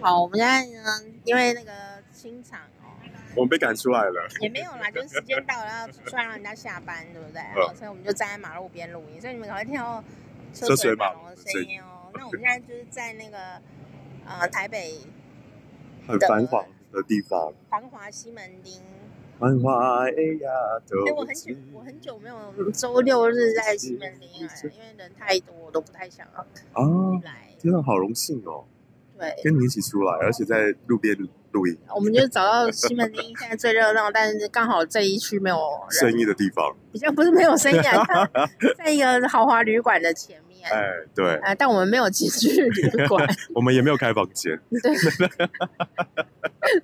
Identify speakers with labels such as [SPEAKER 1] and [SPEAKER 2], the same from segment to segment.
[SPEAKER 1] 好，我们现在呢，因为那个清场哦，
[SPEAKER 2] 我们被赶出来了。
[SPEAKER 1] 也没有啦，就是时间到了，要出来让人家下班，对不对？然后所以我们就站在马路边录音，所以你们可能会听到车
[SPEAKER 2] 车水
[SPEAKER 1] 水
[SPEAKER 2] 马
[SPEAKER 1] 马
[SPEAKER 2] 龙
[SPEAKER 1] 龙
[SPEAKER 2] 的
[SPEAKER 1] 的
[SPEAKER 2] 声
[SPEAKER 1] 声
[SPEAKER 2] 音
[SPEAKER 1] 音哦。那我们现在就是在那个呃台北
[SPEAKER 2] 很繁华的地方。
[SPEAKER 1] 繁华西门町。
[SPEAKER 2] 繁华哎呀，都
[SPEAKER 1] 哎、我很久我很久没有周六日在西门町了，因为人太多，我都不太想要
[SPEAKER 2] 啊！
[SPEAKER 1] 来。
[SPEAKER 2] 天啊，好荣幸哦，
[SPEAKER 1] 对，
[SPEAKER 2] 跟你一起出来，而且在路边录音，
[SPEAKER 1] 我们就找到西门町现在最热闹，但是刚好这一区没有人
[SPEAKER 2] 生意的地方。
[SPEAKER 1] 比较不是没有生意啊，它在一个豪华旅馆的前面。
[SPEAKER 2] 哎，对，
[SPEAKER 1] 啊，但我们没有进去旅馆，
[SPEAKER 2] 我们也没有开房间，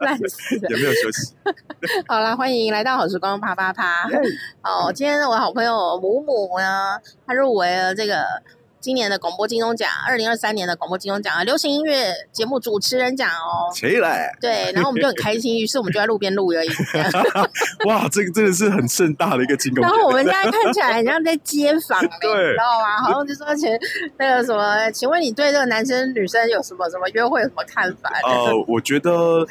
[SPEAKER 1] 烂死了。
[SPEAKER 2] 也没有休 息。哎
[SPEAKER 1] 好啦，欢迎来到好时光啪啪啪。哦，今天我好朋友母母呢，她入围了这个今年的广播金钟奖，二零二三年的广播金钟奖啊流行音乐节目主持人奖哦。
[SPEAKER 2] 起来！
[SPEAKER 1] 对，然后我们就很开心，于是我们就在路边录而已。
[SPEAKER 2] 哇，这个真的是很盛大的一个进 攻
[SPEAKER 1] 然。后我们现在看起来很像在街访、 欸，
[SPEAKER 2] 对
[SPEAKER 1] 你知道吗？好像就说请那个什么，请问你对这个男生女生有什么什么约会有什么看法？
[SPEAKER 2] 呃，我觉得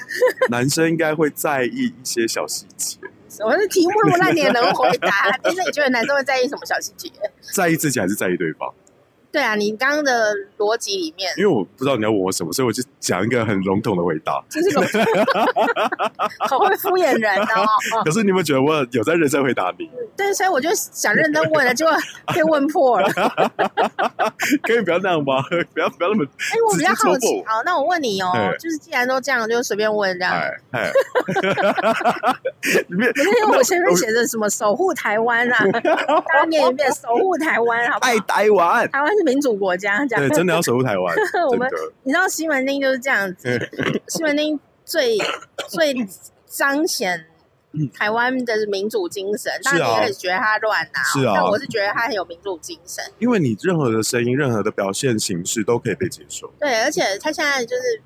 [SPEAKER 2] 男生应该会在意一些小细节，
[SPEAKER 1] 我的题目那么烂，你也能回答？但是你觉得男生会在意什么小细 节？
[SPEAKER 2] 在意自己还是在意对方？
[SPEAKER 1] 对啊，你刚刚的逻辑里 面
[SPEAKER 2] 因为我不知道你要问我什么，所以我就讲一个很笼统的回答。
[SPEAKER 1] 就是个 好会敷衍人哦。
[SPEAKER 2] 可是你有没有觉得我有在认真回答你？
[SPEAKER 1] 对，所以我就想认真问了，结果被问破了。哎
[SPEAKER 2] 可以不要那样吗？不要不要那么
[SPEAKER 1] 哎，我比较好
[SPEAKER 2] 直接戳
[SPEAKER 1] 奇，
[SPEAKER 2] 破
[SPEAKER 1] 好，那我问你哦
[SPEAKER 2] 哎，
[SPEAKER 1] 就是既然都这样，就随便问这样。
[SPEAKER 2] 哎哎，
[SPEAKER 1] 不是啊
[SPEAKER 2] 你们
[SPEAKER 1] 因为我前面写着什么守护台湾 啊，大家念一遍守护台湾，好不好
[SPEAKER 2] 爱？台湾，
[SPEAKER 1] 台湾是民主国家， 这样
[SPEAKER 2] 哎对，。真的要守护台湾，
[SPEAKER 1] 我
[SPEAKER 2] 真
[SPEAKER 1] 们
[SPEAKER 2] 的嗯
[SPEAKER 1] 你知道西门町就是这样子，西门町最最彰显台湾的民主精神，
[SPEAKER 2] 是
[SPEAKER 1] 当然
[SPEAKER 2] 啊
[SPEAKER 1] 你也可以觉得它乱啊，
[SPEAKER 2] 是啊
[SPEAKER 1] 但我是觉得它很有民主精神。
[SPEAKER 2] 因为你任何的声音、任何的表现形式都可以被接受。
[SPEAKER 1] 对，而且它现在就是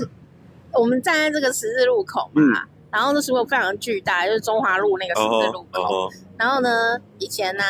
[SPEAKER 1] 我们站在这个十字路口
[SPEAKER 2] 嗯
[SPEAKER 1] 嘛，然后那时候非常巨大，就是中华路那个十字路口。
[SPEAKER 2] 哦，
[SPEAKER 1] 然后呢，以前呢、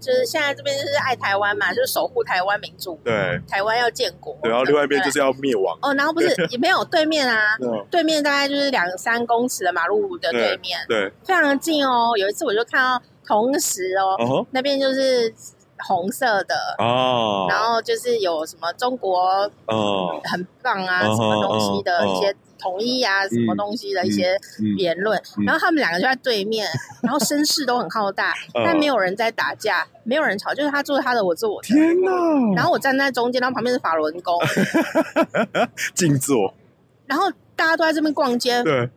[SPEAKER 1] 就是现在这边就是爱台湾嘛，就是守护台湾民主，
[SPEAKER 2] 对，
[SPEAKER 1] 台湾要建国。
[SPEAKER 2] 对然后另外一边就是是要灭亡。
[SPEAKER 1] 哦，然后不是也没有对面啊，
[SPEAKER 2] 嗯，
[SPEAKER 1] 对面大概就是两三公尺的马路的对面，
[SPEAKER 2] 对，
[SPEAKER 1] 非常近哦。有一次我就看到，同时哦，
[SPEAKER 2] 哦
[SPEAKER 1] 那边就是红色的。
[SPEAKER 2] 哦，
[SPEAKER 1] 然后就是有什么中国
[SPEAKER 2] 哦，
[SPEAKER 1] 很棒啊，
[SPEAKER 2] 哦
[SPEAKER 1] 什么东西的
[SPEAKER 2] 哦
[SPEAKER 1] 一些统一啊，什么东西的一些
[SPEAKER 2] 嗯
[SPEAKER 1] 言论，
[SPEAKER 2] 嗯
[SPEAKER 1] 然后他们两个就在对面，然后声势都很浩大，
[SPEAKER 2] 嗯
[SPEAKER 1] 但没有人在打架，没有人吵，就是他做他的，我做我的。
[SPEAKER 2] 天哪，
[SPEAKER 1] 然后我站在中间，然后旁边是法轮 功，
[SPEAKER 2] 静坐，
[SPEAKER 1] 然后大家都在这边逛街，
[SPEAKER 2] 对，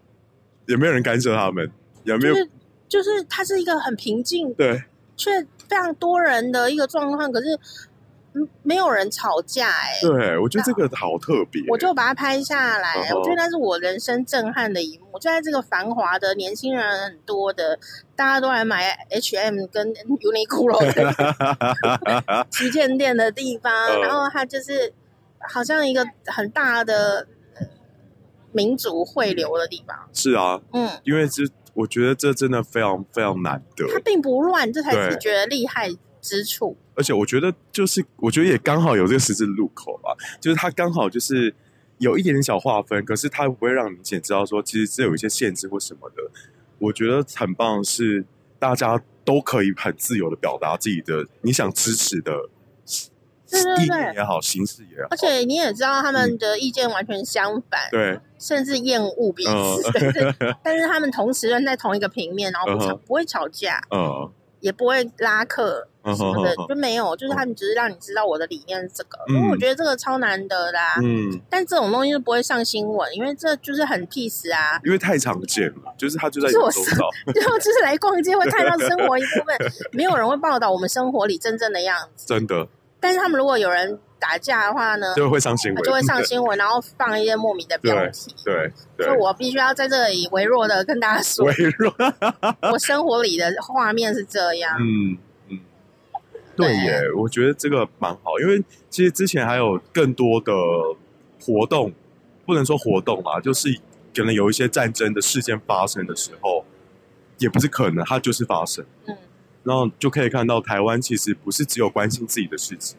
[SPEAKER 2] 有没有人干涉他们？有没
[SPEAKER 1] 就
[SPEAKER 2] 有？
[SPEAKER 1] 是就是它是一个很平静
[SPEAKER 2] 对，
[SPEAKER 1] 却非常多人的一个状况，可是嗯没有人吵架哎、
[SPEAKER 2] 对，我觉得这个好特别。
[SPEAKER 1] 我就把它拍下来，
[SPEAKER 2] 嗯哼
[SPEAKER 1] 我觉得那是我人生震撼的一幕。就在这个繁华的、年轻人很多的，大家都来买 H&M 跟 Uniqlo 的旗舰店的地方，
[SPEAKER 2] 嗯
[SPEAKER 1] 然后它就是好像一个很大的呃民族汇流的地方。
[SPEAKER 2] 是啊，
[SPEAKER 1] 嗯，
[SPEAKER 2] 因为这我觉得这真的非常非常难得，
[SPEAKER 1] 它并不乱，这才是
[SPEAKER 2] 对
[SPEAKER 1] 觉得厉害之处。
[SPEAKER 2] 而且我觉得就是我觉得也刚好有这个十字路口吧，就是它刚好就是有一点点小划分，可是它不会让你明显知道说其实这有一些限制或什么的。我觉得很棒的是大家都可以很自由的表达自己的你想支持的
[SPEAKER 1] 对对
[SPEAKER 2] 意
[SPEAKER 1] 对
[SPEAKER 2] 念也好，形式也好，
[SPEAKER 1] 而且你也知道，他们的意见完全相反，
[SPEAKER 2] 哦嗯对，
[SPEAKER 1] 甚至厌恶彼
[SPEAKER 2] 哦
[SPEAKER 1] 此。但 是但是他们同时站在同一个平面，然后不吵，
[SPEAKER 2] 嗯
[SPEAKER 1] 不会吵架，
[SPEAKER 2] 嗯
[SPEAKER 1] 也不会拉客
[SPEAKER 2] 嗯
[SPEAKER 1] 什么的
[SPEAKER 2] 嗯嗯，
[SPEAKER 1] 就没有。就是他们只是让你知道我的理念是这个，
[SPEAKER 2] 嗯
[SPEAKER 1] 因为我觉得这个超难得的啊。
[SPEAKER 2] 嗯，
[SPEAKER 1] 但这种东西就不会上新闻，因为这就是很 peace 啊，
[SPEAKER 2] 因为太常见了，就是它就在
[SPEAKER 1] 是
[SPEAKER 2] 你
[SPEAKER 1] 我
[SPEAKER 2] 周遭，
[SPEAKER 1] 然后就是来逛街会看到生活一部分，没有人会报道我们生活里真正的样子。
[SPEAKER 2] 真的
[SPEAKER 1] 但是他们如果有人打架的话呢，
[SPEAKER 2] 就会上新闻，
[SPEAKER 1] 就会上新闻，然后放一些莫名的标题。
[SPEAKER 2] 对对
[SPEAKER 1] 所以，我必须要在这里微弱的跟大家说
[SPEAKER 2] 微，弱。
[SPEAKER 1] 我生活里的画面是这样。
[SPEAKER 2] 嗯，嗯，对
[SPEAKER 1] 对
[SPEAKER 2] 耶，我觉得这个蛮好，因为其实之前还有更多的活动，不能说活动啦，就是可能有一些战争的事件发生的时候，也不是可能，它就是发生，
[SPEAKER 1] 嗯，
[SPEAKER 2] 然后就可以看到台湾其实不是只有关心自己的事情，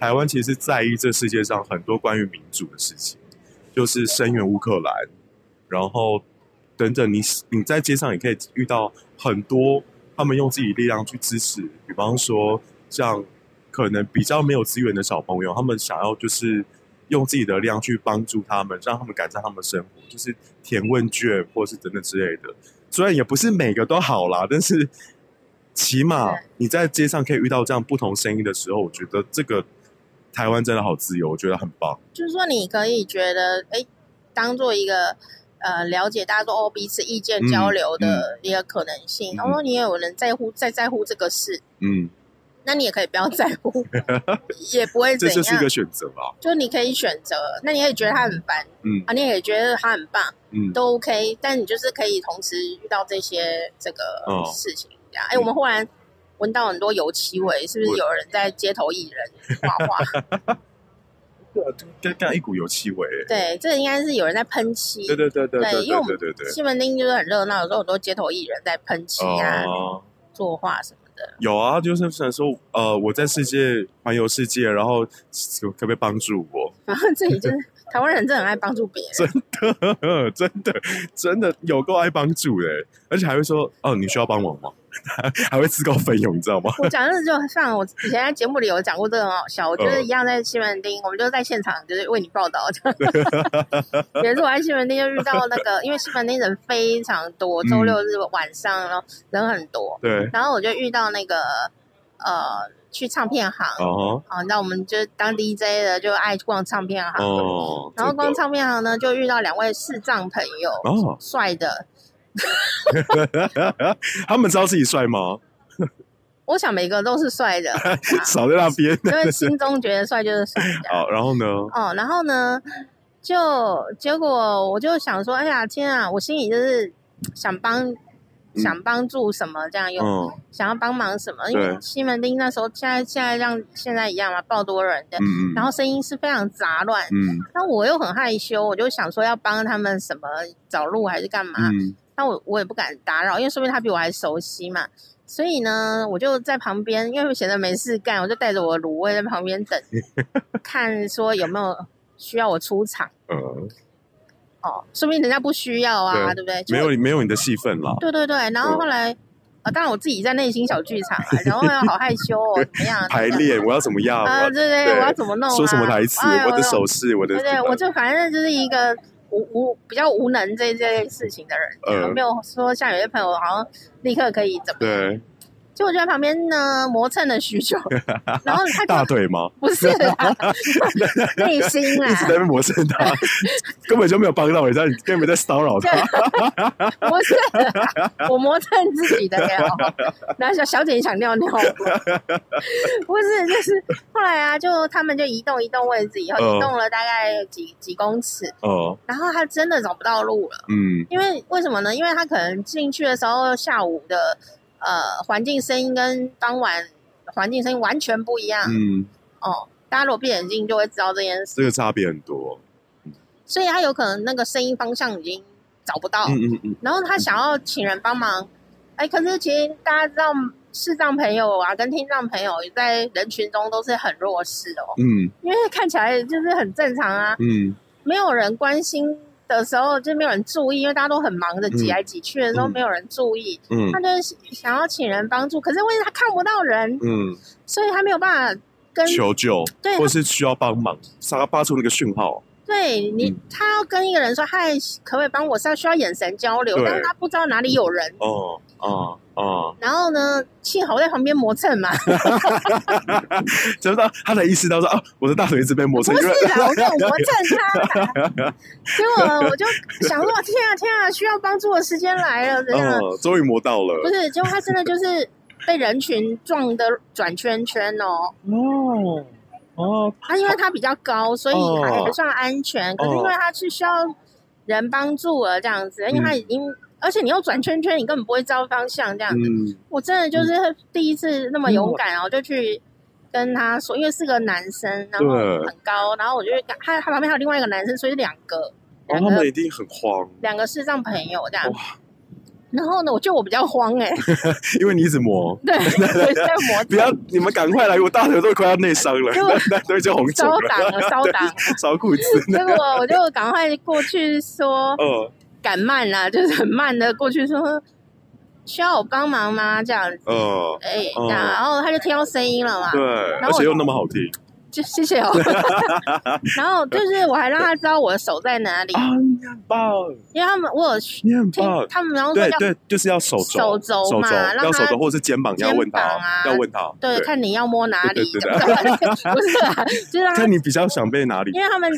[SPEAKER 2] 台湾其实在意这世界上很多关于民主的事情，就是声援乌克兰，然后等等你，你在街上也可以遇到很多他们用自己力量去支持，比方说像可能比较没有资源的小朋友，他们想要就是用自己的力量去帮助他们，让他们改善他们的生活，就是填问卷或是等等之类的。虽然也不是每个都好啦，但是起码
[SPEAKER 1] 对
[SPEAKER 2] 你在街上可以遇到这样不同声音的时候，我觉得这个台湾真的好自由，我觉得很棒。
[SPEAKER 1] 就是说你可以觉得，哎、当做一个呃了解大家说哦彼此意见交
[SPEAKER 2] 嗯
[SPEAKER 1] 流的一个可能性。
[SPEAKER 2] 嗯
[SPEAKER 1] 然后你也有人在乎在在乎这个事，
[SPEAKER 2] 嗯，
[SPEAKER 1] 那你也可以不要在 乎，也不会怎
[SPEAKER 2] 这
[SPEAKER 1] 样。
[SPEAKER 2] 就是一个选择吧。
[SPEAKER 1] 就你可以选择，那你也觉得他很烦
[SPEAKER 2] 嗯
[SPEAKER 1] 啊，你也觉得他很棒，
[SPEAKER 2] 嗯，
[SPEAKER 1] 都 OK。但你就是可以同时遇到这些这个
[SPEAKER 2] 哦
[SPEAKER 1] 事情，这样。哎、我们忽然闻到很多油漆味，是不
[SPEAKER 2] 我
[SPEAKER 1] 是有人在街头艺人画画？
[SPEAKER 2] 对啊，就这样一股油气味、欸。
[SPEAKER 1] 对，这应该是有人在喷漆。
[SPEAKER 2] 对对对对
[SPEAKER 1] 对
[SPEAKER 2] 对
[SPEAKER 1] 因为我们
[SPEAKER 2] 对对对。
[SPEAKER 1] 西门町就是很热闹，有时候很多街头艺人在喷漆啊、
[SPEAKER 2] 哦
[SPEAKER 1] 作画什么的。
[SPEAKER 2] 有啊，就是想说，呃，我在世界环游世界，然后可可不可以帮助我？
[SPEAKER 1] 然后这里就是 台湾人，真的很爱帮助别人。
[SPEAKER 2] 真的，真的有够爱帮助的欸，而且还会说，哦，你需要帮忙吗？ 还会自告奋勇，你知道吗？
[SPEAKER 1] 我讲的就像我以前在节目里有讲过，这个很好笑。我觉得
[SPEAKER 2] 嗯
[SPEAKER 1] 一样在西门町，我们就在现场就是为你报道。这 样有一次我在西门町就遇到那个，因为西门町人非常多，
[SPEAKER 2] 嗯
[SPEAKER 1] 周六日晚上然后人很多，
[SPEAKER 2] 对，
[SPEAKER 1] 然后我就遇到那个呃去唱片行
[SPEAKER 2] 哦
[SPEAKER 1] 啊，那我们就当 DJ 的就爱逛唱片行，啊
[SPEAKER 2] 哦，
[SPEAKER 1] 然后
[SPEAKER 2] 真的
[SPEAKER 1] 光唱片行呢，就遇到两位视障朋友，
[SPEAKER 2] 哦，
[SPEAKER 1] 帅的。
[SPEAKER 2] 他们知道自己帅吗？
[SPEAKER 1] 我想每个都是帅 的，
[SPEAKER 2] 少在那边。
[SPEAKER 1] 因为心中觉得帅 就是帅的。
[SPEAKER 2] 好，然后呢？
[SPEAKER 1] 哦，然后呢，就结果我就想说，哎呀天啊，我心里就是想帮。想帮助什么这样有、
[SPEAKER 2] 嗯
[SPEAKER 1] 想要帮忙什么？因为
[SPEAKER 2] 对
[SPEAKER 1] 西门町那时候现在现在像现在一样嘛，爆多人的，
[SPEAKER 2] 嗯嗯，
[SPEAKER 1] 然后声音是非常杂乱。
[SPEAKER 2] 嗯
[SPEAKER 1] 那、我又很害羞，我就想说要帮他们什么找路还是干嘛？
[SPEAKER 2] 嗯
[SPEAKER 1] 那我我也不敢打扰，因为说明他比我还熟悉嘛。所以呢，我就在旁边，因为闲得没事干，我就带着我的卤味在旁边 等，看说有没有需要我出场
[SPEAKER 2] 嗯，
[SPEAKER 1] 哦。说明人家不需要啊，对
[SPEAKER 2] 对
[SPEAKER 1] 不对？
[SPEAKER 2] 没
[SPEAKER 1] 就
[SPEAKER 2] 有没有你的戏份啦。
[SPEAKER 1] 对对对。然后后来，呃，当然我自己在内心小剧场啊，然后又好害羞哦，怎么样？
[SPEAKER 2] 排
[SPEAKER 1] 等等
[SPEAKER 2] 练我要怎么样？我
[SPEAKER 1] 啊，
[SPEAKER 2] 要
[SPEAKER 1] 对对
[SPEAKER 2] 对
[SPEAKER 1] 我要怎么弄、啊？
[SPEAKER 2] 说什么台词？
[SPEAKER 1] 哎
[SPEAKER 2] 我的
[SPEAKER 1] 就
[SPEAKER 2] 手势，我的
[SPEAKER 1] 对对，我就反正就是一个无无比较无能这这类事情的人，
[SPEAKER 2] 嗯
[SPEAKER 1] 我没有说像有些朋友好像立刻可以怎么样。
[SPEAKER 2] 对
[SPEAKER 1] 结果就在旁边呢磨蹭了许 久，然后他
[SPEAKER 2] 大
[SPEAKER 1] 就
[SPEAKER 2] 腿吗？
[SPEAKER 1] 不是 啦，内心
[SPEAKER 2] 一直在那
[SPEAKER 1] 啦，
[SPEAKER 2] 边磨蹭他， 根本就没有帮到人家，你根本在骚扰
[SPEAKER 1] 对
[SPEAKER 2] 他。，
[SPEAKER 1] 不是啦，我磨蹭自己的尿，然后小小姐你想尿 尿吗？不是，就是后来啊，就他们就移动移动位置以后，
[SPEAKER 2] 嗯
[SPEAKER 1] 移动了大概几几公尺，
[SPEAKER 2] 哦，
[SPEAKER 1] 然后他真的找不到路了。
[SPEAKER 2] 嗯
[SPEAKER 1] 因为为什么呢？因为他可能进去的时候，下午的呃环境声音跟傍晚环境声音完全不一样、
[SPEAKER 2] 嗯，
[SPEAKER 1] 哦。大家如果闭眼睛就会知道这件事，
[SPEAKER 2] 这个差别很多。
[SPEAKER 1] 所以他有可能那个声音方向已经找不到，
[SPEAKER 2] 嗯嗯嗯，
[SPEAKER 1] 然后他想要请人帮忙，哎，可是其实大家知道视障朋友啊跟听障朋友在人群中都是很弱势的哦，
[SPEAKER 2] 嗯
[SPEAKER 1] 因为看起来就是很正常啊，
[SPEAKER 2] 嗯
[SPEAKER 1] 没有人关心的时候，就没有人注意，因为大家都很忙着挤来挤去的时候，
[SPEAKER 2] 嗯
[SPEAKER 1] 没有人注意，
[SPEAKER 2] 嗯
[SPEAKER 1] 他就是想要请人帮助，可是问题他看不到人，
[SPEAKER 2] 嗯，
[SPEAKER 1] 所以他没有办法跟
[SPEAKER 2] 求救
[SPEAKER 1] 对
[SPEAKER 2] 或是需要帮忙，发发出那个讯号。
[SPEAKER 1] 对你，
[SPEAKER 2] 嗯
[SPEAKER 1] 他要跟一个人说嗨，可不可以帮我？是要需要眼神交流，
[SPEAKER 2] 对
[SPEAKER 1] 但是他不知道哪里有人。
[SPEAKER 2] 哦哦哦，
[SPEAKER 1] 然后呢，幸好我在旁边磨蹭嘛，
[SPEAKER 2] 知道他才意识到说啊， 我的大腿一直被磨蹭，
[SPEAKER 1] 不
[SPEAKER 2] 因
[SPEAKER 1] 是
[SPEAKER 2] 为
[SPEAKER 1] 啦，我没有磨蹭他啦。结果我就想说，天啊天啊，需要帮助的时间来了，这样、
[SPEAKER 2] 哦，终于磨到
[SPEAKER 1] 不
[SPEAKER 2] 了。
[SPEAKER 1] 是？结果他真的就是被人群撞的转圈圈哦。
[SPEAKER 2] 哦哦，
[SPEAKER 1] 啊，因为它比较高，所以还
[SPEAKER 2] 哦
[SPEAKER 1] 还算安全。可是因
[SPEAKER 2] 哦
[SPEAKER 1] 为它是需要人帮助了这样子，因为它已经，而且你又转圈圈，你根本不会知道方向这样。
[SPEAKER 2] 嗯
[SPEAKER 1] 我真的就是第一次那么勇敢，然后就去跟他说，因为是个男生，然后
[SPEAKER 2] 对
[SPEAKER 1] 很高，然后我就跟他他旁边还有另外一个男生，所以是两个两
[SPEAKER 2] 然哦后他们
[SPEAKER 1] 个
[SPEAKER 2] 一定很慌。
[SPEAKER 1] 两个视障朋友这样
[SPEAKER 2] 哇。
[SPEAKER 1] 然后呢，我觉得我比较慌哎、
[SPEAKER 2] 因为你一直磨。
[SPEAKER 1] 对，我在磨
[SPEAKER 2] 不要，你们赶快来！我大腿都快要内伤了，
[SPEAKER 1] 结果
[SPEAKER 2] 那 都已经红肿
[SPEAKER 1] 烧档
[SPEAKER 2] 了，
[SPEAKER 1] 了，烧档。
[SPEAKER 2] 烧裤子。
[SPEAKER 1] 啊结果我就赶快过去说
[SPEAKER 2] 哦，
[SPEAKER 1] 赶慢啦、就是很慢的过去说需要我帮忙吗？这样子，
[SPEAKER 2] 哦，
[SPEAKER 1] 哎、
[SPEAKER 2] 哦
[SPEAKER 1] 然后他就听到声音了嘛，
[SPEAKER 2] 对，
[SPEAKER 1] 啊然
[SPEAKER 2] 而
[SPEAKER 1] 后我
[SPEAKER 2] 且
[SPEAKER 1] 就
[SPEAKER 2] 又那么好 听
[SPEAKER 1] 就谢谢 哦。然后就是我还让他知道我的手在哪里，
[SPEAKER 2] 啊！你很棒，
[SPEAKER 1] 因为他们我有去
[SPEAKER 2] 你很
[SPEAKER 1] 听
[SPEAKER 2] 棒。
[SPEAKER 1] 他们然后说
[SPEAKER 2] 对
[SPEAKER 1] 要
[SPEAKER 2] 对，就是要手肘，
[SPEAKER 1] 手肘
[SPEAKER 2] 手
[SPEAKER 1] 嘛
[SPEAKER 2] 肘
[SPEAKER 1] 让
[SPEAKER 2] 要手
[SPEAKER 1] 他
[SPEAKER 2] 肘，或者是肩膀，要
[SPEAKER 1] 肩
[SPEAKER 2] 问
[SPEAKER 1] 膀啊
[SPEAKER 2] 他，要问他。
[SPEAKER 1] 对看你要摸哪里，
[SPEAKER 2] 对对对
[SPEAKER 1] 不是 不是啊，就是让他
[SPEAKER 2] 看你比较想被哪里
[SPEAKER 1] 因为他 们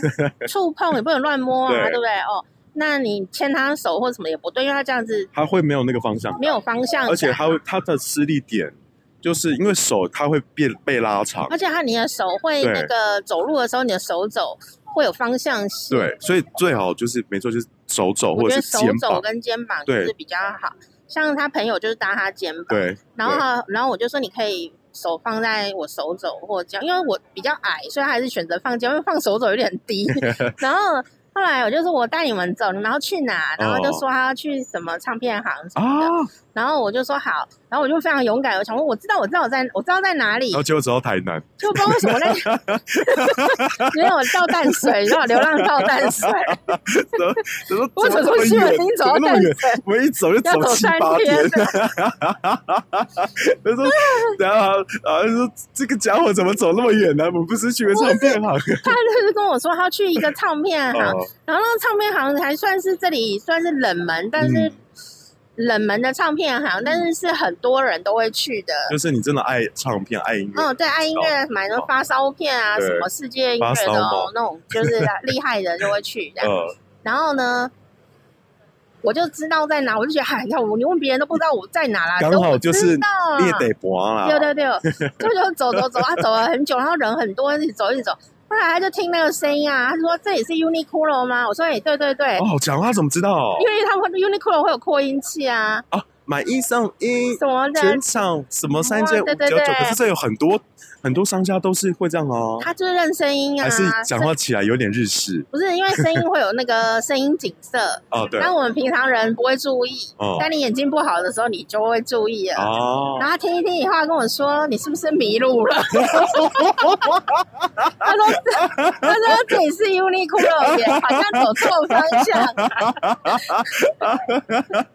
[SPEAKER 1] 触碰也不能乱摸啊，
[SPEAKER 2] 对
[SPEAKER 1] 对不对？哦，那你牵他手或什么也不对，因为他这样子
[SPEAKER 2] 他会没有那个方向感，
[SPEAKER 1] 没有方向感，
[SPEAKER 2] 而且他会他的施力点，就是因为手他会变被拉长
[SPEAKER 1] 而，且他你的手会
[SPEAKER 2] 对
[SPEAKER 1] 那个走路的时候，你的手肘会有方向性。
[SPEAKER 2] 对，所以最好就是没错，就是手肘
[SPEAKER 1] 我
[SPEAKER 2] 或
[SPEAKER 1] 觉
[SPEAKER 2] 者
[SPEAKER 1] 得
[SPEAKER 2] 是
[SPEAKER 1] 手
[SPEAKER 2] 肩
[SPEAKER 1] 肘
[SPEAKER 2] 膀，
[SPEAKER 1] 跟肩膀就
[SPEAKER 2] 对
[SPEAKER 1] 是比较好。像他朋友就是搭他肩膀，
[SPEAKER 2] 对
[SPEAKER 1] 然后他然后我就说你可以手放在我手肘或这样，因为我比较矮，所以他还是选择放肩，因为放手肘有点 低。然后后来我就说我带你们走，你们要去哪？然
[SPEAKER 2] 哦
[SPEAKER 1] 后就说他要去什么唱片行什么的，
[SPEAKER 2] 啊，
[SPEAKER 1] 然后我就说好，然后我就非常勇敢，我想说我知道我知道我在我知道在哪里
[SPEAKER 2] 然，后结果走到台南，
[SPEAKER 1] 就不知道为什么那， 没有倒淡水，然后流浪倒淡水，
[SPEAKER 2] 怎么
[SPEAKER 1] 我
[SPEAKER 2] 走
[SPEAKER 1] 走
[SPEAKER 2] 那么
[SPEAKER 1] 从西门
[SPEAKER 2] 远，
[SPEAKER 1] 町
[SPEAKER 2] 怎
[SPEAKER 1] 走到
[SPEAKER 2] 么那么
[SPEAKER 1] 淡水
[SPEAKER 2] 远？，我一走就
[SPEAKER 1] 要走
[SPEAKER 2] 七
[SPEAKER 1] 三
[SPEAKER 2] 八
[SPEAKER 1] 天
[SPEAKER 2] 天， 他说，然后啊，他说这个家伙怎么走那么远呢？我们不是去个唱片行
[SPEAKER 1] 他就是跟我说他去一个唱片行，
[SPEAKER 2] 哦
[SPEAKER 1] 然后那个唱片行还算是这里算是冷门，但是
[SPEAKER 2] 嗯
[SPEAKER 1] 冷门的唱片行，但是是很多人都会去的。
[SPEAKER 2] 就是你真的爱唱片，爱音乐，
[SPEAKER 1] 嗯，对，爱音乐买那个发烧片啊，
[SPEAKER 2] 对
[SPEAKER 1] 什么世界音
[SPEAKER 2] 发
[SPEAKER 1] 乐
[SPEAKER 2] 烧
[SPEAKER 1] 的哦
[SPEAKER 2] 嘛，
[SPEAKER 1] 那种就是厉害的就会去 这样。
[SPEAKER 2] 呃，
[SPEAKER 1] 然后呢，我就知道在哪，我就觉得，哎，那我你问别人都不知道我在哪啦，
[SPEAKER 2] 刚
[SPEAKER 1] 都
[SPEAKER 2] 好
[SPEAKER 1] 不
[SPEAKER 2] 就是
[SPEAKER 1] 知道啊
[SPEAKER 2] 你也得搏啦，
[SPEAKER 1] 对对 对，就就走走走啊，走了很久，然后人很多，一直走一直走。后来他就听那个声音啊，他说这里是 Uniqlo 吗？我说哎，对对对，
[SPEAKER 2] 哦，讲话怎么知道？
[SPEAKER 1] 因为他们 Uniqlo 会有扩音器啊，
[SPEAKER 2] 啊，买一送一，
[SPEAKER 1] 什么的。哦
[SPEAKER 2] 全场什么三千五
[SPEAKER 1] 对
[SPEAKER 2] 九
[SPEAKER 1] 对
[SPEAKER 2] 九，
[SPEAKER 1] 对
[SPEAKER 2] 可是这有很多很多商家都是会这样哦，
[SPEAKER 1] 他就是认声音啊，
[SPEAKER 2] 还是讲
[SPEAKER 1] 声
[SPEAKER 2] 话起来有点日式
[SPEAKER 1] 不是因为声音会有那 个声音景色，
[SPEAKER 2] 哦，对，
[SPEAKER 1] 但我们平常人不会注意，
[SPEAKER 2] 哦
[SPEAKER 1] 当你眼睛不好的时候，你就会注意了。
[SPEAKER 2] 哦，
[SPEAKER 1] 然后他听一听以后，他跟我说：“你是不是迷路了？” 他说：“他说这里是 Uniqlo 耶，好像走错方向。”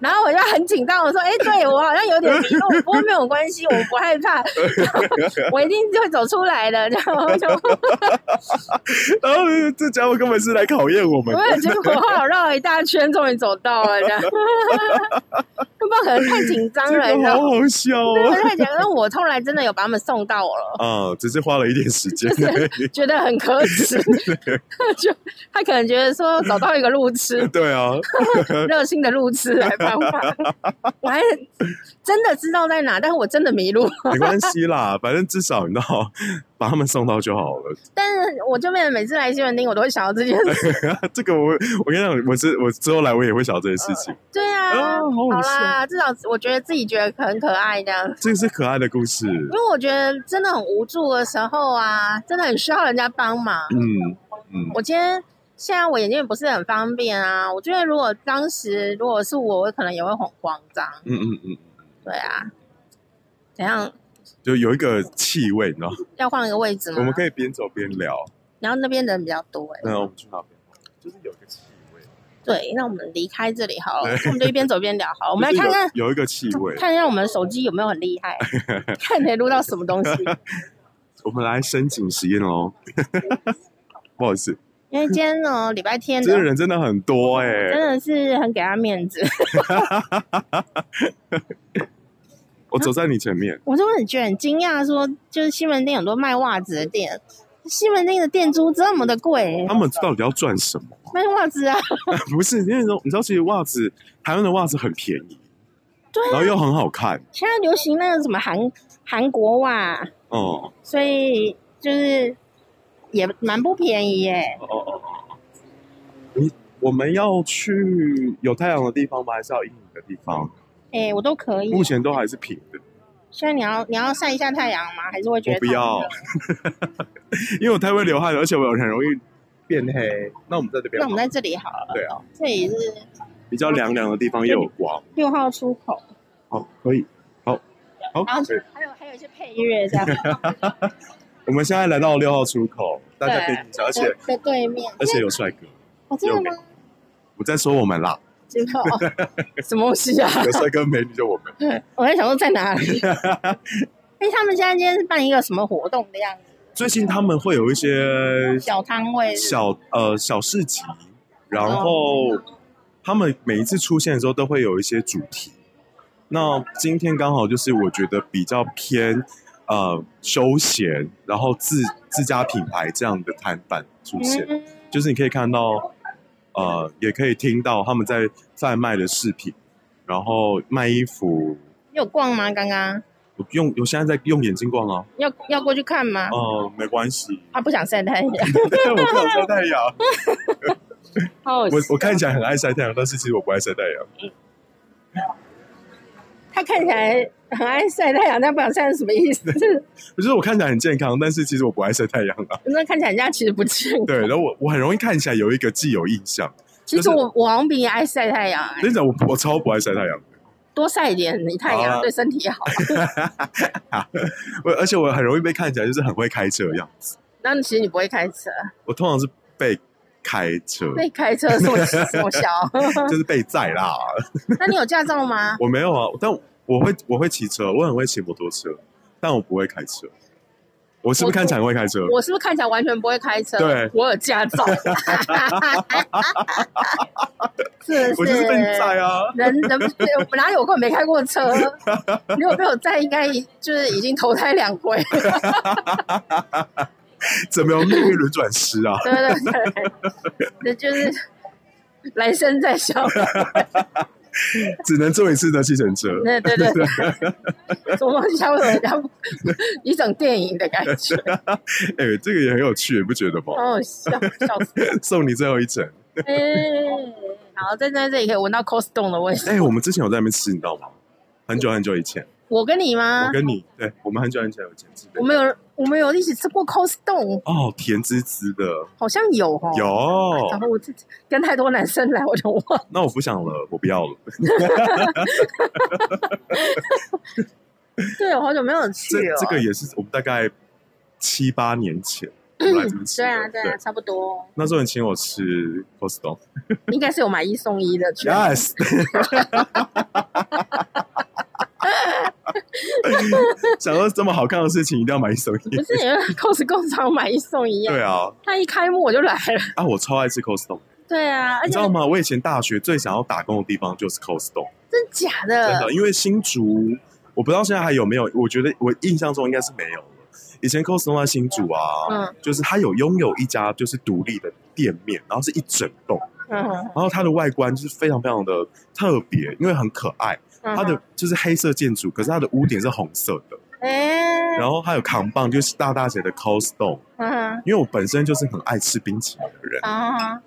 [SPEAKER 1] 然后我就很紧张，我说：“哎、对我好像有点迷路，不过没有关系，我不害怕， 我一定会走出来的。”然后就
[SPEAKER 2] 然后这家伙根本是来考验我们
[SPEAKER 1] 我，也结果后来我绕了一大圈，终于走到了，这样， 不知道可能太紧张
[SPEAKER 2] 这
[SPEAKER 1] 了，你知
[SPEAKER 2] 个
[SPEAKER 1] 道吗
[SPEAKER 2] 好好笑
[SPEAKER 1] 对，我
[SPEAKER 2] 哦，
[SPEAKER 1] 太紧张。我后来真的有把他们送到我了，
[SPEAKER 2] 啊，只是花了一点时间而已，
[SPEAKER 1] 觉得很可耻。就他可能觉得说找到一个路 痴，
[SPEAKER 2] 对啊，
[SPEAKER 1] 热心的路痴来帮忙。我还真的知道在哪，但是我真的迷路。
[SPEAKER 2] 没关系啦，反正至少你知道把他们送到就好了。
[SPEAKER 1] 但是我就变成每次来西门町，我都会想到这件事。
[SPEAKER 2] 这个我我跟你讲，我之我之后来我也会想这件事情。
[SPEAKER 1] 对啊，
[SPEAKER 2] 啊好好笑
[SPEAKER 1] 啦，至少我觉得自己觉得很可爱这样。
[SPEAKER 2] 这个是可爱的故事，
[SPEAKER 1] 因为我觉得真的很无助的时候啊，真的很需要人家帮忙。
[SPEAKER 2] 嗯嗯，
[SPEAKER 1] 我今天现在我眼睛也不是很方便啊，我觉得如果当时如果是我，我可能也会很慌张。
[SPEAKER 2] 嗯嗯嗯，
[SPEAKER 1] 对啊，怎样？
[SPEAKER 2] 就有一个气味，你知道吗，
[SPEAKER 1] 要换一个位置吗？
[SPEAKER 2] 我们可以嗯边走边聊。
[SPEAKER 1] 然后那边人比较多哎、
[SPEAKER 2] 那我们去哪边？就是有一个气味，
[SPEAKER 1] 对，那我们离开这里好了，
[SPEAKER 2] 对
[SPEAKER 1] 我们就一边走边聊好了。我
[SPEAKER 2] 我
[SPEAKER 1] 们来看看
[SPEAKER 2] 有有一个气味。
[SPEAKER 1] 看一下我们手机有没有很厉 害，看能录到什么东西。
[SPEAKER 2] 我们来深井实验哦。不好意思，
[SPEAKER 1] 因为今天哦呢，礼拜天
[SPEAKER 2] 这
[SPEAKER 1] 的
[SPEAKER 2] 个人真的很多哎、
[SPEAKER 1] 哦真的是很给他面子，
[SPEAKER 2] 我走在你前面，
[SPEAKER 1] 我就很觉得很惊讶，说就是西门町很多卖袜子的店，西门町的店租这么的贵，
[SPEAKER 2] 他们到底要赚什么？
[SPEAKER 1] 卖袜子啊，
[SPEAKER 2] 不是，因为你知道你知道，其实袜子台湾的袜子很便宜，
[SPEAKER 1] 对
[SPEAKER 2] 然后又很好看，
[SPEAKER 1] 现在流行那个什么韩韩国袜，
[SPEAKER 2] 哦、
[SPEAKER 1] 所以就是也蛮不便宜耶。
[SPEAKER 2] 哦哦哦！你我们要去有太阳的地方吗？还是要阴影的地方？
[SPEAKER 1] 哎、我都可以。
[SPEAKER 2] 目前都还是平的，
[SPEAKER 1] 所以你要你要晒一下太阳吗？还是会觉得
[SPEAKER 2] 我不要
[SPEAKER 1] 太 热？
[SPEAKER 2] 因为我太会流汗了，而且我很容易变黑。那我们在这边
[SPEAKER 1] 那我们
[SPEAKER 2] 好了，
[SPEAKER 1] 在这里好了。
[SPEAKER 2] 对啊，
[SPEAKER 1] 这里是
[SPEAKER 2] 比较凉凉的地方也有光。
[SPEAKER 1] 六号出口，
[SPEAKER 2] 好，可以，好，好，
[SPEAKER 1] 然后
[SPEAKER 2] 可以。
[SPEAKER 1] 还有还有一些配乐 这样，
[SPEAKER 2] 我们现在来到六号出口，大家可以听一下，而且
[SPEAKER 1] 在对面，
[SPEAKER 2] 而且有帅哥。
[SPEAKER 1] 哦，真的
[SPEAKER 2] 有美
[SPEAKER 1] 吗？
[SPEAKER 2] 我在说我们啦，
[SPEAKER 1] 真的哦， 什么东西啊？
[SPEAKER 2] 有帅哥美女就我们。
[SPEAKER 1] 我在想说在哪 里？哎，他们现在今天是办一个什么活动的样子？
[SPEAKER 2] 最近他们会有一些
[SPEAKER 1] 小摊位是
[SPEAKER 2] 小呃小市集，然后他们每一次出现的时候都会有一些主题。那今天刚好就是我觉得比较偏呃休闲，然后自自家品牌这样的摊贩出
[SPEAKER 1] 不是，
[SPEAKER 2] 现
[SPEAKER 1] 嗯
[SPEAKER 2] 就是你可以看到呃，也可以听到他们在贩卖的饰品，然后卖衣服。
[SPEAKER 1] 你有逛吗？刚刚
[SPEAKER 2] 我用我现在在用眼睛逛啊，
[SPEAKER 1] 要要过去看吗？
[SPEAKER 2] 哦、没关系，
[SPEAKER 1] 他不想晒太阳，
[SPEAKER 2] 我不想晒太阳。
[SPEAKER 1] 好好笑
[SPEAKER 2] 我我看起来很爱晒太阳，但是其实我不爱晒太阳。
[SPEAKER 1] 他看起来很爱晒太阳，但不想晒是什么意 思？就是
[SPEAKER 2] 就是我看起来很健康，但是其实我不爱晒太阳啊。
[SPEAKER 1] 那看起来人家其实不健康。
[SPEAKER 2] 对，然后我我很容易看起来有一个既有印象，
[SPEAKER 1] 其实我我好像比你爱晒太阳、哎
[SPEAKER 2] 跟你讲，我我超不爱晒太阳 的，
[SPEAKER 1] 多晒一点你太
[SPEAKER 2] 好
[SPEAKER 1] 阳
[SPEAKER 2] 啊
[SPEAKER 1] 对身体好。
[SPEAKER 2] 我而且我很容易被看起来就是很会开车一样。
[SPEAKER 1] 那其实你不会开车，
[SPEAKER 2] 我通常是被开车，
[SPEAKER 1] 那你开车是我我小。
[SPEAKER 2] 就是被载啦。
[SPEAKER 1] 那你有驾照吗？
[SPEAKER 2] 我没有啊，但我会我会骑车，我很会骑摩托车，但我不会开车。我是不是看起来很会开车？
[SPEAKER 1] 我是不是看起来完全不会开车？
[SPEAKER 2] 对
[SPEAKER 1] 我有驾 照。是不
[SPEAKER 2] 我就是
[SPEAKER 1] 是欸
[SPEAKER 2] 被你载啊！
[SPEAKER 1] 人人我哪有空没开过车？ 如果被我载，应该已就是已经投胎两回。
[SPEAKER 2] 怎么有命运轮转师啊？
[SPEAKER 1] 对对对， 这就是来生再想。
[SPEAKER 2] 只能坐一次的计程车。
[SPEAKER 1] 对对对对， 什么东西像人家一种电影的感觉，
[SPEAKER 2] 哎、这个也很有趣，你不觉得吗？
[SPEAKER 1] 好好笑，笑死。
[SPEAKER 2] 送你最后一程。
[SPEAKER 1] 嗯，好，在在这里可以闻到 coston 的味道。
[SPEAKER 2] 哎、我们之前有在那边吃，你知道吗？很久很久以前，
[SPEAKER 1] 我跟你吗
[SPEAKER 2] 我？跟你，对我们很久很久以前吃的
[SPEAKER 1] 我。们有我们有一起吃过 coston，
[SPEAKER 2] 哦，甜滋滋的，
[SPEAKER 1] 好像有哦。。然
[SPEAKER 2] 有。
[SPEAKER 1] 后我自己跟太多男生来，我就忘了。
[SPEAKER 2] 那我不想了，我不要了。
[SPEAKER 1] 对，我好久没有
[SPEAKER 2] 这
[SPEAKER 1] 去了。
[SPEAKER 2] 这个也是我们大概七八年前我们来这边吃
[SPEAKER 1] 对
[SPEAKER 2] 的。
[SPEAKER 1] 啊，对啊，差不多，
[SPEAKER 2] 那时候你请我吃 Costco。
[SPEAKER 1] 应该是有买一送一的券。
[SPEAKER 2] Yes，想到这么好看的事情，一定要买一送一
[SPEAKER 1] 不。是因为 Costco 常买一送一啊
[SPEAKER 2] 对，啊，
[SPEAKER 1] 他一开幕我就来了。
[SPEAKER 2] 啊，我超爱吃 Costco，
[SPEAKER 1] 对啊，而
[SPEAKER 2] 你
[SPEAKER 1] 且
[SPEAKER 2] 知道吗？我以前大学最想要打工的地方就是 Costco，
[SPEAKER 1] 真假
[SPEAKER 2] 真
[SPEAKER 1] 的
[SPEAKER 2] 的，，因为新竹，我不知道现在还有没有，我觉得我印象中应该是没有了。以前 Costco 在新竹啊，
[SPEAKER 1] 嗯
[SPEAKER 2] 就是它有拥有一家就是独立的店面，然后是一整栋，
[SPEAKER 1] 嗯，
[SPEAKER 2] 然后它的外观就是非常非常的特别，因为很可爱。它
[SPEAKER 1] 他
[SPEAKER 2] 的就是黑色建筑，可是它的屋顶是红色的，
[SPEAKER 1] 哎，
[SPEAKER 2] 然后还有扛棒，就是大大写的 Costco。
[SPEAKER 1] 嗯
[SPEAKER 2] 因为我本身就是很爱吃冰淇淋的人，
[SPEAKER 1] 啊，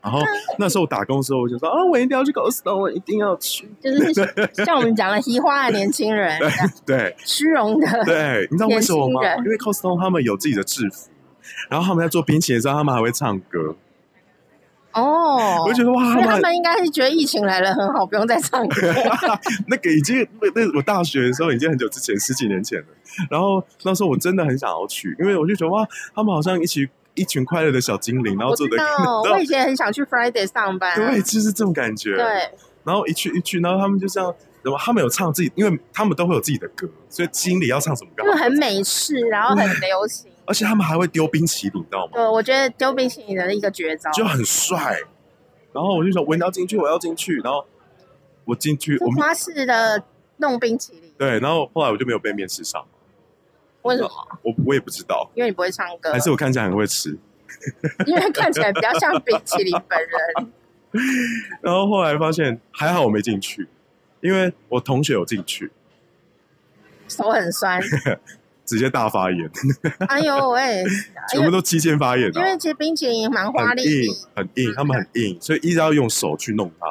[SPEAKER 2] 然后那时候我打工的时候，我就说啊，我一定要去 Costco，我一定要去。
[SPEAKER 1] 就是 像我们讲的，西化的年轻人，
[SPEAKER 2] 对
[SPEAKER 1] 虚荣的，
[SPEAKER 2] 对，你知道为什么吗
[SPEAKER 1] 年轻？人
[SPEAKER 2] 因为 Costco 他们有自己的制服。然后他们在做冰淇淋的时候，他们还会唱歌，
[SPEAKER 1] 哦，
[SPEAKER 2] 我就觉得哇，
[SPEAKER 1] 因为他
[SPEAKER 2] 们
[SPEAKER 1] 们应该是觉得疫情来了很好，不用再唱歌。
[SPEAKER 2] 那个已经那那我大学的时候已经很久之前，十几年前了。然后那时候我真的很想要去，因为我就觉得哇，他们好像一群一群快乐的小精灵，然后
[SPEAKER 1] 我
[SPEAKER 2] 做
[SPEAKER 1] 知
[SPEAKER 2] 的
[SPEAKER 1] 道，哦我以前很想去 Friday 上班，
[SPEAKER 2] 对，就是这种感觉。
[SPEAKER 1] 对，
[SPEAKER 2] 然后一去一去，然后他们就这样，然后他们有唱自己，因为他们都会有自己的歌，所以经理要唱什么歌
[SPEAKER 1] 因，为很美式，然后很流 行。
[SPEAKER 2] 而且他们还会丢冰淇淋，你知道吗？
[SPEAKER 1] 对，我觉得丢冰淇淋的一个绝招，
[SPEAKER 2] 就很帅。然后我就想，我一定要进去，我要进去。然后我进去，
[SPEAKER 1] 就
[SPEAKER 2] 我们
[SPEAKER 1] 花式的弄冰淇淋。
[SPEAKER 2] 对，然后后来我就没有被面试上，
[SPEAKER 1] 为什么？
[SPEAKER 2] 我我也不知道，
[SPEAKER 1] 因为你不会唱歌
[SPEAKER 2] 啊还，是我看起来很会吃。
[SPEAKER 1] 因为看起来比较像冰淇淋本人。
[SPEAKER 2] 然后后来发现还好我没进去，因为我同学有进去，
[SPEAKER 1] 手很酸，
[SPEAKER 2] 直接大发炎，
[SPEAKER 1] 哎呦喂！
[SPEAKER 2] 全部都肌腱发炎、啊，
[SPEAKER 1] 因为其实冰淇淋蛮花
[SPEAKER 2] 很
[SPEAKER 1] 力
[SPEAKER 2] 硬
[SPEAKER 1] 的，
[SPEAKER 2] 很硬，他们很硬，所以一直要用手去弄它。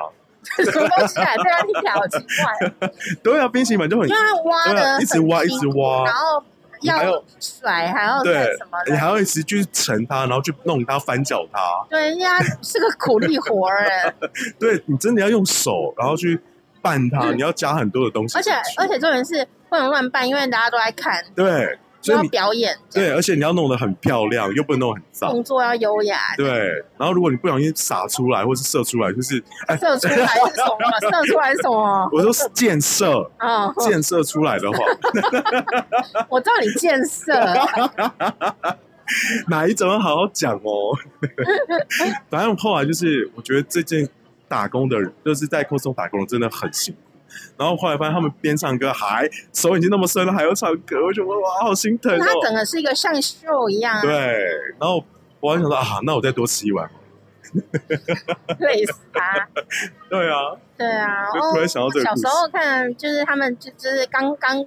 [SPEAKER 1] 什么东西啊？这 样听起来好奇怪，
[SPEAKER 2] 对啊，冰淇淋本来就很
[SPEAKER 1] 因为它挖
[SPEAKER 2] 对啊，
[SPEAKER 1] 的
[SPEAKER 2] 一直挖一直挖，
[SPEAKER 1] 然后
[SPEAKER 2] 你还
[SPEAKER 1] 要
[SPEAKER 2] 有
[SPEAKER 1] 甩，还要
[SPEAKER 2] 对
[SPEAKER 1] 再什么
[SPEAKER 2] 你还
[SPEAKER 1] 的？
[SPEAKER 2] 要一直去沉它，然后去弄它、翻搅它。
[SPEAKER 1] 对，人家是个苦力活儿哎，
[SPEAKER 2] 对你真的要用手，然后去拌它，你要加很多的东
[SPEAKER 1] 嗯
[SPEAKER 2] 西
[SPEAKER 1] 而
[SPEAKER 2] 进
[SPEAKER 1] 且
[SPEAKER 2] 去。
[SPEAKER 1] 而且重点是不能乱办，因为大家都在看，
[SPEAKER 2] 对，
[SPEAKER 1] 就
[SPEAKER 2] 所以
[SPEAKER 1] 要
[SPEAKER 2] 你
[SPEAKER 1] 表演，
[SPEAKER 2] 对，而且你要弄得很漂亮，又不能弄得很脏。
[SPEAKER 1] 动作要优雅，
[SPEAKER 2] 对，然后如果你不小心洒出来或是射出来，就是哎，
[SPEAKER 1] 射出来是什么？射出来是什么？
[SPEAKER 2] 我说是溅射，
[SPEAKER 1] 哦，
[SPEAKER 2] 溅射出来的话，
[SPEAKER 1] 我知道你见 色，
[SPEAKER 2] 哪一种要好好讲哦。 反正后来就是，我觉得这件打工的人，就是在 Costco 打工的真的很辛苦。然后后来发现他们边唱歌还手已经那么酸了，还要唱歌，我觉得哇，好心疼
[SPEAKER 1] 它
[SPEAKER 2] 哦。
[SPEAKER 1] 整个是一个像秀一样啊，
[SPEAKER 2] 对，然后我还想说啊，那我再多吃一碗。
[SPEAKER 1] 累死他。
[SPEAKER 2] 对啊，
[SPEAKER 1] 对啊，
[SPEAKER 2] 就
[SPEAKER 1] 哦
[SPEAKER 2] 突然想到这个
[SPEAKER 1] 小
[SPEAKER 2] 故
[SPEAKER 1] 时
[SPEAKER 2] 事
[SPEAKER 1] 候看，就是他们就就是刚刚